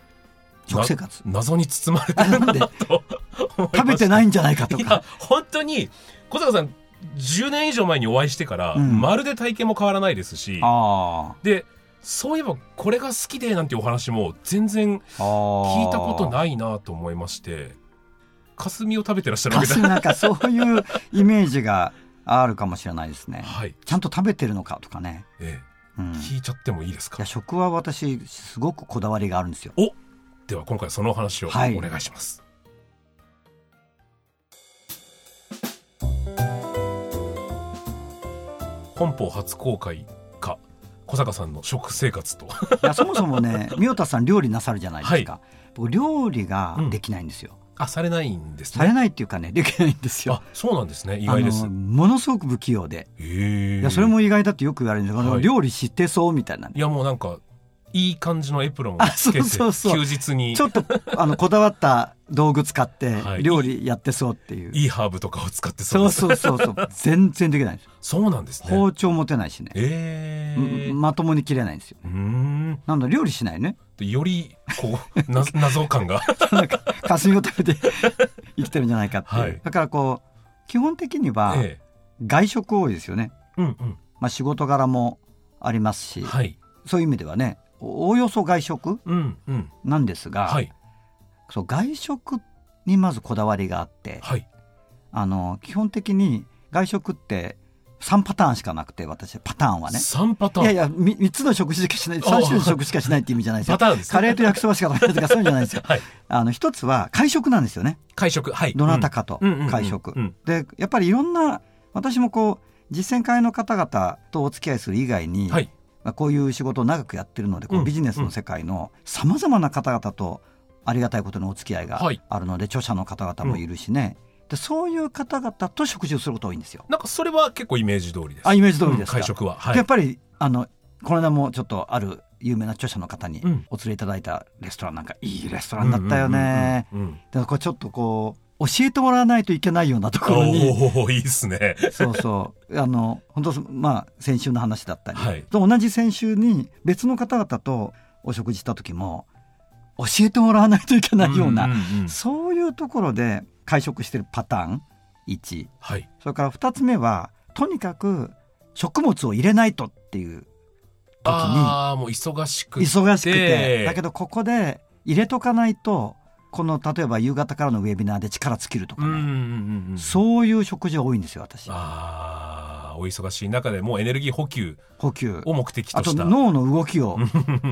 食生活な謎に包まれてるなと思いました 食べてないんじゃないかといかや本当に小坂さん10年以上前にお会いしてから、うんまるで体型も変わらないですしあでそういえばこれが好きでなんていうお話も全然ーあ聞いたこといないなと思いまして霞を食べてらっしゃるわかけだすなんかそういうイメージがあるかもしれないですねはい、ちゃんと食べてるのかとかね、えうん、え、い聞いちゃってもいいですかや食は私すごくこだわりがあるんですよでは今回そのお話をおはい願いします、本邦初公開か小坂さんの食生活といやそもそもね三田さん料理なさるじゃないですか、僕料理ができないんですよ、 あされないんですされねないっていうかねできないんですよあそうなんですね意外ですあのものすごく不器用でええいやそれも意外だってよく言われるんですけど、はい料理知ってそうみたいなねいやもうなんかいい感じのエプロンをつけあてそうそうそう休日にちょっと あのこだわった道具使ってはい料理やってそうっていう、いいハーブとかを使ってそうそうですそうそうそう 全然できないんですそうなんですね包丁持てないしね、ええまともに切れないんですようーんなので料理しな いねよりこうな謎感 がなんか霞を食べて 生きてるんじゃないかっていう、はいだからこう基本的にはええ外食多いですよね、うんまあ、仕事柄もありますし、うんはいそういう意味ではねおおよそ外食うんうんなんですが、はいそう外食にまずこだわりがあってはいあの基本的に外食って3パターンしかなくて私パターンはね三パターンいやいや 3, つの食事しかしない3ああ種の食事しかしないって意味じゃないですよパターンですねカレーと焼きそばしか食べないとかそういうんじゃない ですよはいあの一つは会食なんですよね会食はいどなたかとうんうんうんうん会食、うんでやっぱりいろんな私もこう実践会の方々とお付き合いする以外に、はいまあ、こういう仕事を長くやってるので、こううんビジネスの世界のさまざまな方々とありがたいことのお付き合いがはいあるので、著者の方々もいるしね、でそういう方々と食事をすることが多いんですよ。なんかそれは結構イメージ通りですあイメージ通りですか、うん会食ははでやっいぱりあのこの間もちょっとある有名な著者の方にうんお連れいただいたレストランなんかいいレストランだったよね。うんうんうんうんだからこれちょっとこう教えてもらわないといけないようなところに。おおいいです ねそうそうあの本当まあ先週の話だったり、はいと同じ先週に別の方々とお食事した時も教えてもらわないといけないような、んんんそういうところで会食してるパターン1はいそれから2つ目はとにかく食物を入れないとっていう時にああもう忙しく忙しでくてだけどここで入れとかないとこの例えば夕方からのウェビナーで力尽きるとかうんうんね、うんうんそういう食事が多いんですよ私ああお忙しい中でもうエネルギー補給補給を目的とあとした脳の動きを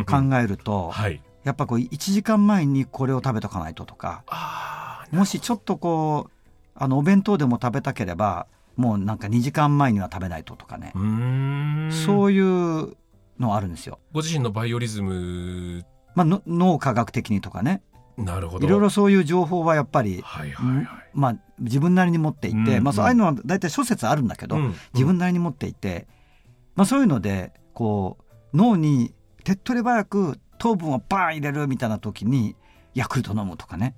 考考える と、はいやっぱこう1時間前にこれを食べとかないととかああもしちょっとこうあのお弁当でも食べたければもうなんか2時間前には食べないととかねう、ーんそういうのあるんですよ。ご自身のバイオリズムまあ、の脳科学的にとかねなるほどいろいろそういう情報はやっぱり、はいはいはい、まあ、自分なりに持っていて、うんまあ、そうああいうのは大体諸説あるんだけど、うん自分なりに持っていて、まあ、そういうのでこう脳に手っ取り早く糖分をバーン入れるみたいな時にヤクルト飲むとかね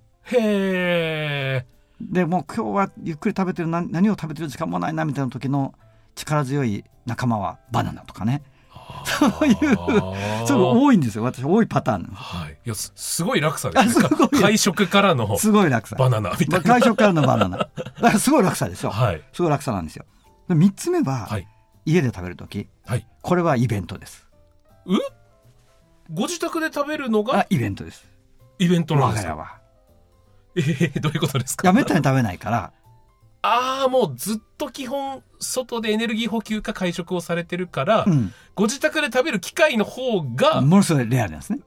へえでもう今日はゆっくり食べてるな何を食べてる時間もないなみたいな時の力強い仲間はバナナとかね そういうそういうの多いんですよ私多いパターンはいいやすすごい落差ですあすごいね会食からのすごい落差バナナみたいな外食からのバナナだからすごい落差ですよはいすごい落差なんですよで3つ目は、はい家で食べる時はいこれはイベントですうご自宅で食べるのあがイベントですイベントなん我でがす家かはえー、どういうことですかいやめったに食べないからああ、もうずっと基本、外でエネルギー補給か会食をされてるから、うんご自宅で食べる機会の方が、ものすごいレアなんですね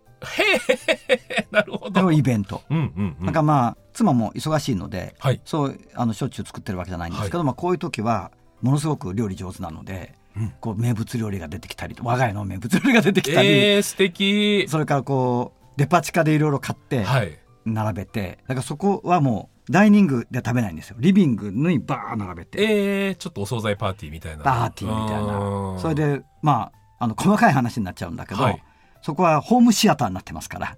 え なるほだど。からイベントうんうんうん。なんかまあ妻も忙しいのではい。そうあのしょっちゅう作ってるわけじゃないんですけど、まあ、こういう時はものすごく料理上手なので、うんこう名物料理が出てきたりと我が家の名物料理が出てきたり、えー、素敵。それからこうデパ地下でいろいろ買ってはい。並べて、だからそこはもうダイニングで食べないんですよリビングにバー並べてえー、ちょっとお惣菜パーティーみたいな。バーティーみたいなそれで、でまああの細かい話になっちゃうんだけど、はいそこはホームシアターになってますから、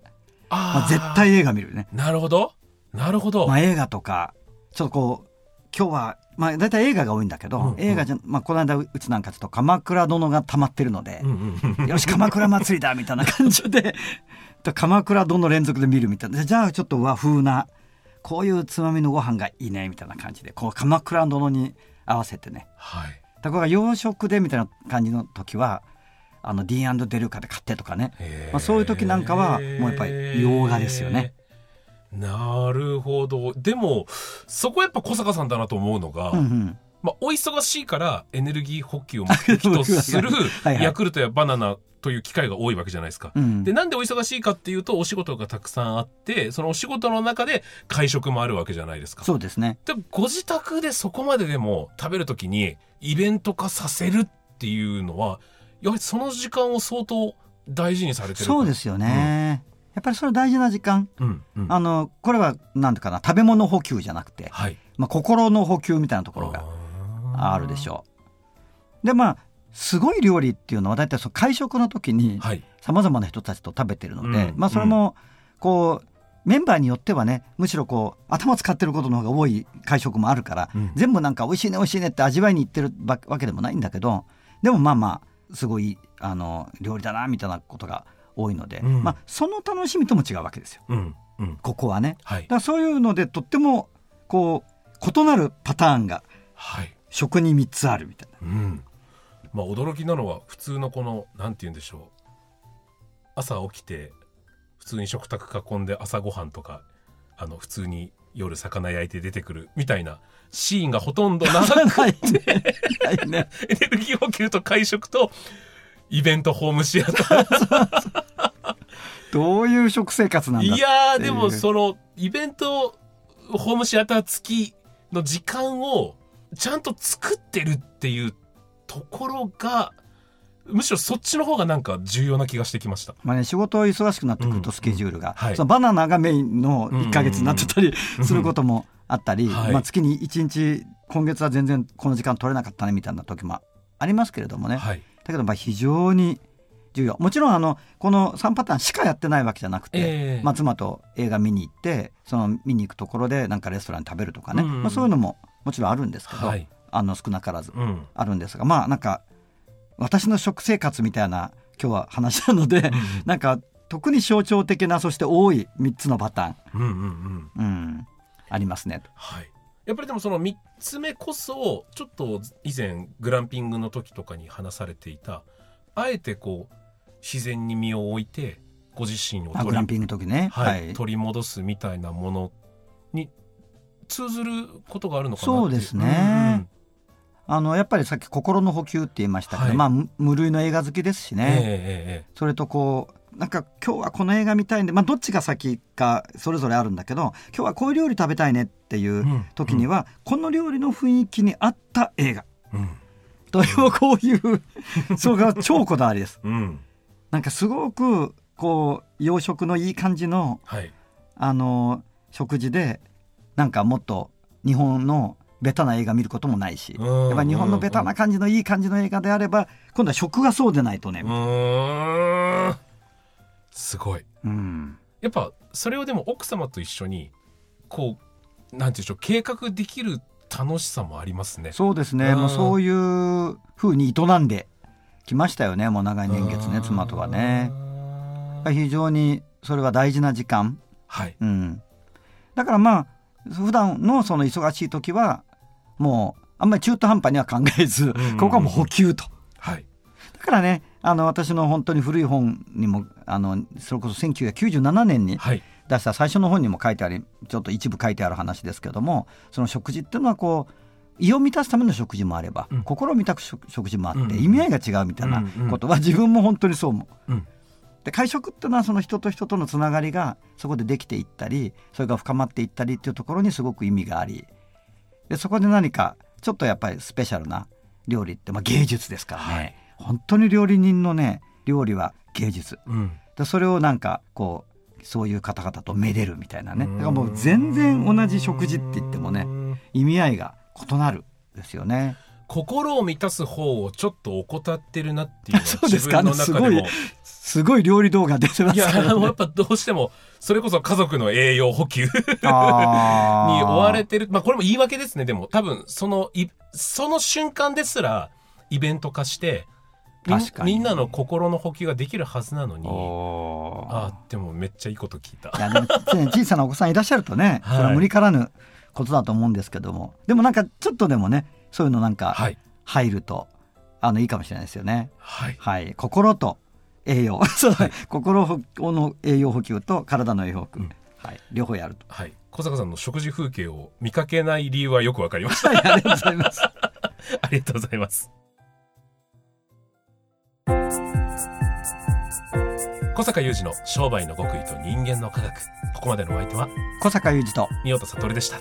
あーまあ、絶。対映画見るね、なるほど。なるほど。まあ、映画とかちょっとこう今日は、まあ、大体映画が多いんだけど、うんうん映画じゃ、まあ、この間うちなんかちょっと「鎌倉殿」が溜まってるのでうんうんうん「よし鎌倉祭りだ」みたいな感じで と鎌倉殿連続で見るみたいなでじゃあちょっと和風なこういうつまみのご飯がいいねみたいな感じでこう鎌倉殿に合わせてねはい。だから洋食でみたいな感じの時はあのディーンデルカで買ってとかねへーまあそういう時なんかはもうやっぱり洋画ですよね。なるほど。でも、そこはやっぱ小坂さんだなと思うのが、うんうんまあ、お忙しいからエネルギー補給を目的とする はいはいヤクルトやバナナという機会が多いわけじゃないですか。うんで、なんでお忙しいかっていうと、お仕事がたくさんあって、そのお仕事の中で会食もあるわけじゃないですか。そうですねでもご自宅でそこまででも食べるときにイベント化させるっていうのは、やはりその時間を相当大事にされてる。そうですすよね、やっぱりそれ大事な時間うん、うん。あのこれは何ていうかな食べ物補給じゃなくて、はい。まあ、心の補給みたいなところがあるでしょう。でまあすごい料理っていうのは大体そう会食の時にはい。さまざまな人たちと食べてるので、うんまあ、それもこうメンバーによってはねむしろこう頭使ってることの方が多い会食もあるから、うん全部なんか美味しいね美味しいねって味わいに行ってるわわけでもないんだけどでもまあまあすごいあの料理だなみたいなことが多いので、うんまあ、その楽しみとも違うわけですようん。うん。ここはね。はだいか。らそういうのでとってもこう異なるパターンがはい。食に3つあるみたいなうん。まあ、驚きなのは、普通のこの、なんて言うんでしょう。朝起きて、普通に食卓囲んで朝ごはんとか、あの、普通に夜魚焼いて出てくるみたいなシーンがほとんどなく、 ないね。な いね。エネルギー補給と会食と、イベントホームシアター。どどういう食生活なんだいやー、でもその、イベントホームシアター付きの時間を、ちゃんと作ってるっていうところが、むしろそっちの方がなんか重要な気がしてきました。まあね、仕事忙しくなってくるうとんスケジュールが、はいそのバナナがメインのうん1か月になってたりうんすることもあったり、はいまあ、月に1日今月は全然この時間取れなかったねみたいな時もありますけれどもね、はい。だけどまあ非常に重要もちろんあのこの3パターンしかやってないわけじゃなくて、ええまあ、妻と映画見に行ってその見に行くところでなんかレストランに食べるとかね、うんうんまあ、そういうのももちろんあるんですけど、はい。あの少なからずうん。あるんですがまあなんか私の食生活みたいな今日は話なので、なんか特に象徴的なそして多い3つのパタうんうんうん。ーン、うん、ありますね。はい。やっぱりでもその3つ目こそ、ちょっと以前グランピングの時とかに話されていた、あえてこう、自然に身を置いて、ご自身をあ取グりランピングの時ね、は、はいい取り戻すみたいなものに通ずることがあるのかなそうですねっあのやっぱりさっき心の補給って言いましたけど、はいまあ無無類の映画好きですしていううんうんええね、えええそれとこうなんか今日はこの映画見たいんで、まあ、どっちが先かそれぞれあるんだけど今日はこういう料理食べたいねっていえう時に、は、この料理の雰囲気に合った映画うんというこういう それが超こだわりです。うんうんなんかすごくこう洋食のいい感じのはいあの食事でなんかもっと日本のベタな映画見ることもないし、うんやっぱ日本のベタな感じのいい感じの映画であれば今度は食がそうでないとねう、ーんすごいうんやっぱそれをでも奥様と一緒にこうなんていうんでしょう計画できる楽しさもありますねそうですね、うんもうそういうふうに営んできましたよねもう長い年月ねうん妻とはね。はやっぱい、り非常にそれは大事な時間、うん、だからまあ普段のその忙しい時はもうあんまり中途半端には考えず、んうんここはもう補給とはいだからねあの私の本当に古い本にもあのそれこそ1997年にはい出した最初の本にも書いてありちょっと一部書いてある話ですけどもその食事っていうのはこう胃を満たすための食事もあれば、うん心を満たす食食事もあって、うんうん意味合いが違うみたいなことは自分も本当にそう思う。うんで会食ってのはその人と人とのつながりがそこでできていったりそれが深まっていったりっていうところにすごく意味がありでそこで何かちょっとやっぱりスペシャルな料理って、まあ、芸術ですからね、はい本当に料理人のね料理は芸術うんでそれをなんかこうそういう方々とめでるみたいなねうんだからもう全然同じ食事って言ってもね意味合いが異なるですよね心を満たす方をちょっと怠ってるなっていうのは そうで自すか分の中でもすごい料理動画出てまいすやからねもうやっぱどうしてもそれこそ家族の栄養補給にあー追われてるまあこれも言い訳ですねでも多分そのいその瞬間ですらイベント化してみん確かにみんなの心の補給ができるはずなのにおーあでもめっちゃいいこと聞いたいやでも常に小さなお子さんいらっしゃるとね、はい それは無理からぬことだと思うんですけどもでもなんかちょっとでもねそういうのなんかはい入ると、あのいいかもしれないですよね。はいはい、心と栄養 そう、心の栄養補給と体の栄養補給、うんはい、両方やると。はい小坂さんの食事風景を見かけない理由はよくわかりましたはい、ありがとうございます。 ありがとうございます小坂雄二の商売の極意と人間の科学ここまでのお相手は小坂雄二と仁田悟でした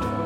ル